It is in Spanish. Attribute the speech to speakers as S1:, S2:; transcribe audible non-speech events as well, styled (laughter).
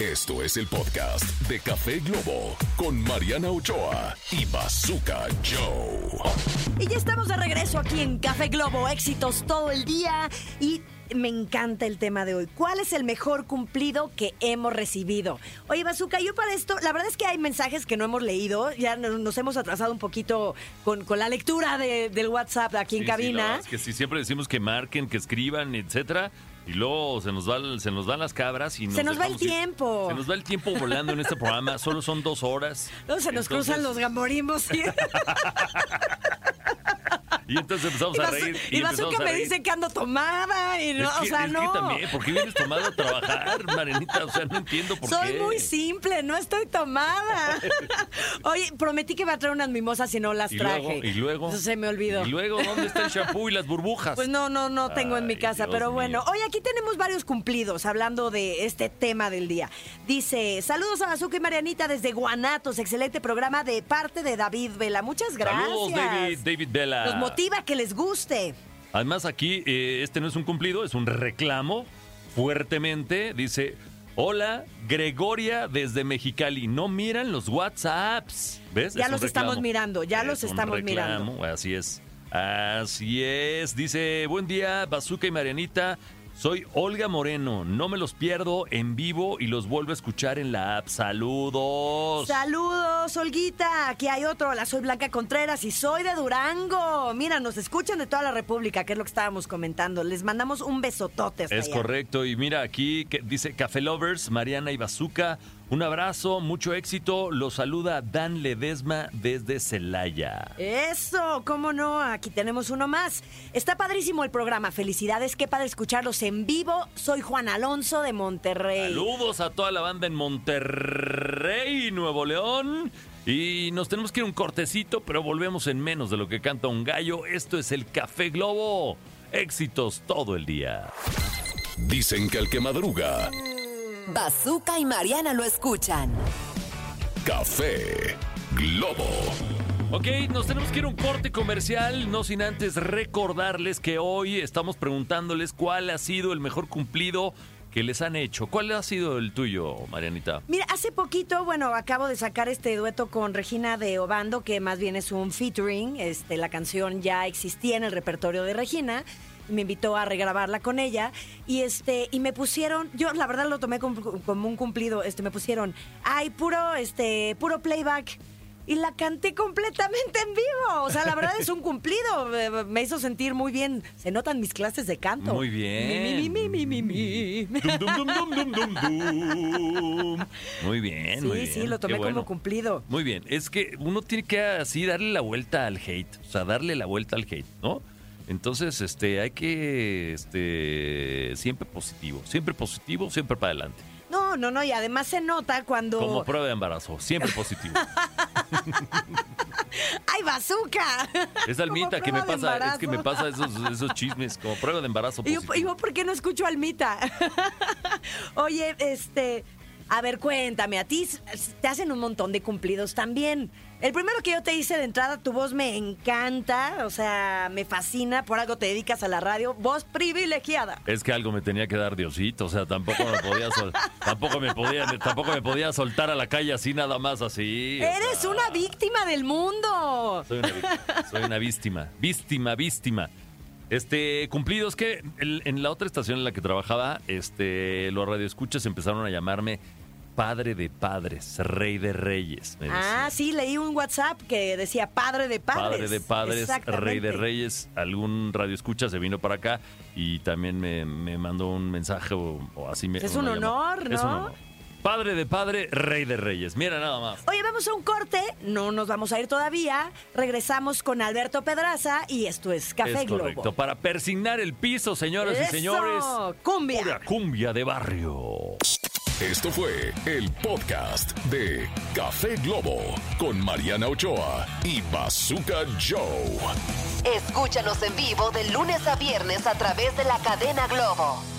S1: Esto es el podcast de Café Globo con Mariana Ochoa y Bazooka Joe.
S2: Y ya estamos de regreso aquí en Café Globo, éxitos todo el día y me encanta el tema de hoy. ¿Cuál es el mejor cumplido que hemos recibido? Oye, Bazooka, yo para esto, la verdad es que hay mensajes que no hemos leído, ya no- nos hemos atrasado un poquito con, con la lectura de- del WhatsApp aquí en
S3: Sí, sí, la verdad
S2: cabina.
S3: es que sí, siempre decimos que marquen, que escriban, etcétera. Y luego se nos, va, el- se nos van las cabras y
S2: Se nos va el
S3: dejamos ir.
S2: tiempo.
S3: Se nos va el tiempo volando en este programa. Solo son
S2: (laughs)
S3: dos horas.
S2: Luego se nos
S3: Entonces-
S2: cruzan los gamborimbos
S3: (laughs)
S2: y,
S3: Y entonces
S2: (laughs)
S3: empezamos
S2: y
S3: a
S2: Bazu-
S3: reír.
S2: y Bazooka
S3: empezamos a
S2: me
S3: reír.
S2: dice que ando tomada y no,
S3: Es que-
S2: o sea,
S3: es que
S2: no.
S3: también, ¿por qué vienes tomado a trabajar, Marianita? O sea, no entiendo por
S2: Soy
S3: qué.
S2: muy simple, no estoy
S3: (laughs)
S2: tomada. Oye, prometí que iba a traer unas mimosas y no las
S3: Y
S2: traje.
S3: luego, y luego.
S2: Eso se me olvidó.
S3: Y luego, ¿dónde está el shampoo y las burbujas?
S2: (laughs) Pues no, no, no tengo en mi
S3: Ay,
S2: casa,
S3: Dios
S2: pero bueno.
S3: mío.
S2: Hoy aquí tenemos varios cumplidos hablando de este tema del día. Dice, saludos a Bazuca y Marianita desde Guanatos, excelente programa de parte de David Vela. Muchas gracias.
S3: Saludos, David, David Vela.
S2: Nos motiva que les guste.
S3: Además, aquí eh, este no es un cumplido, es un reclamo fuertemente. Dice: Hola, Gregoria desde Mexicali. No miran los WhatsApps. ¿Ves?
S2: Ya
S3: Es un
S2: los
S3: reclamo.
S2: estamos mirando, ya
S3: Es
S2: los
S3: un
S2: estamos
S3: reclamo, Así es. Así es. Dice: Buen día, Bazooka y Marianita. Soy Olga Moreno. No me los pierdo en vivo y los vuelvo a escuchar en la app. Saludos.
S2: Saludos, Olguita. Aquí hay otro. Hola, soy Blanca Contreras y soy de Durango. Mira, nos escuchan de toda la República, que es lo que estábamos comentando. Les mandamos un besotote. hasta
S3: Es
S2: allá.
S3: correcto. Y mira aquí que dice Café Lovers, Mariana y Bazooka. Un abrazo, mucho éxito. Los saluda Dan Ledesma desde Celaya.
S2: Eso, cómo no, aquí tenemos uno más. Está padrísimo el programa, felicidades, qué padre escucharlos en vivo. Soy Juan Alonso de Monterrey.
S3: Saludos a toda la banda en Monterrey, Nuevo León. Y nos tenemos que ir un cortecito, pero volvemos en menos de lo que canta un gallo. Esto es el Café Globo. Éxitos todo el día.
S1: Dicen que al que madruga,
S4: Bazooka y Mariana lo escuchan.
S1: Café Globo.
S3: Ok, nos tenemos que ir a un corte comercial, no sin antes recordarles que hoy estamos preguntándoles cuál ha sido el mejor cumplido que les han hecho. ¿Cuál ha sido el tuyo, Marianita?
S2: Mira, hace poquito, bueno, acabo de sacar este dueto con Regina de Obando, que más bien es un featuring. Este, la canción ya existía en el repertorio de Regina. y Me invitó a regrabarla con ella y este y me pusieron, yo la verdad lo tomé como, como un cumplido, este me pusieron, ay puro este puro playback y la canté completamente en vivo, o sea la verdad es un cumplido, eh, me hizo sentir muy bien, se notan mis clases de canto.
S3: Muy bien.
S2: Mi, mi, mi, mi, mi, mi, mi.
S3: Dum, dum, dum, dum, dum, dum, dum. Muy bien,
S2: sí,
S3: muy bien.
S2: sí, lo tomé
S3: Qué bueno.
S2: como cumplido.
S3: Muy bien, es que uno tiene que así darle la vuelta al hate, o sea, darle la vuelta al hate, ¿no? Entonces, este, hay que, este, siempre positivo, siempre positivo, siempre para adelante.
S2: No, no, no, y además se nota cuando...
S3: Como prueba de embarazo, siempre
S2: (laughs)
S3: positivo.
S2: ¡Ay, bazooka! (laughs)
S3: Es
S2: Como
S3: Almita que me
S2: prueba de
S3: pasa, es que me
S2: embarazo.
S3: pasa esos, esos chismes como prueba de embarazo.
S2: (laughs) ¿Y yo,
S3: positivo.
S2: y yo por qué no escucho a Almita? (laughs) Oye, este... A ver, cuéntame, a ti s- te hacen un montón de cumplidos también. El primero que yo te hice de entrada, tu voz me encanta, o sea, me fascina, por algo te dedicas a la radio, voz privilegiada.
S3: Es que algo me tenía que dar Diosito, o sea, tampoco me
S2: (laughs)
S3: podía sol- tampoco me podía tampoco me podía soltar a la calle así nada más así. o
S2: Eres
S3: sea,
S2: una víctima del mundo.
S3: Soy una víctima, soy una víctima, víctima, víctima. Este, cumplido, es que el- en la otra estación en la que trabajaba, este, los radioescuchas empezaron a llamarme padre de padres, rey de reyes. me decían.
S2: Ah, sí, leí un WhatsApp que decía padre de padres.
S3: Padre de padres, rey de
S2: Exactamente.
S3: reyes. Algún radio escucha se vino para acá y también me, me mandó un mensaje o, o así. Me,
S2: Es un
S3: una llamada.
S2: honor,
S3: Es un
S2: ¿no?
S3: honor. Padre de padre, rey de reyes. Mira nada más.
S2: Oye, vamos a un corte, no nos vamos a ir todavía. Regresamos con Alberto Pedraza y esto es Café
S3: es
S2: Globo.
S3: correcto. Para persignar el piso, señoras y
S2: Eso,
S3: señores.
S2: cumbia.
S3: Pura cumbia de barrio.
S1: Esto fue el podcast de Café Globo con Mariana Ochoa y Bazooka Joe.
S4: Escúchanos en vivo de lunes a viernes a través de la cadena Globo.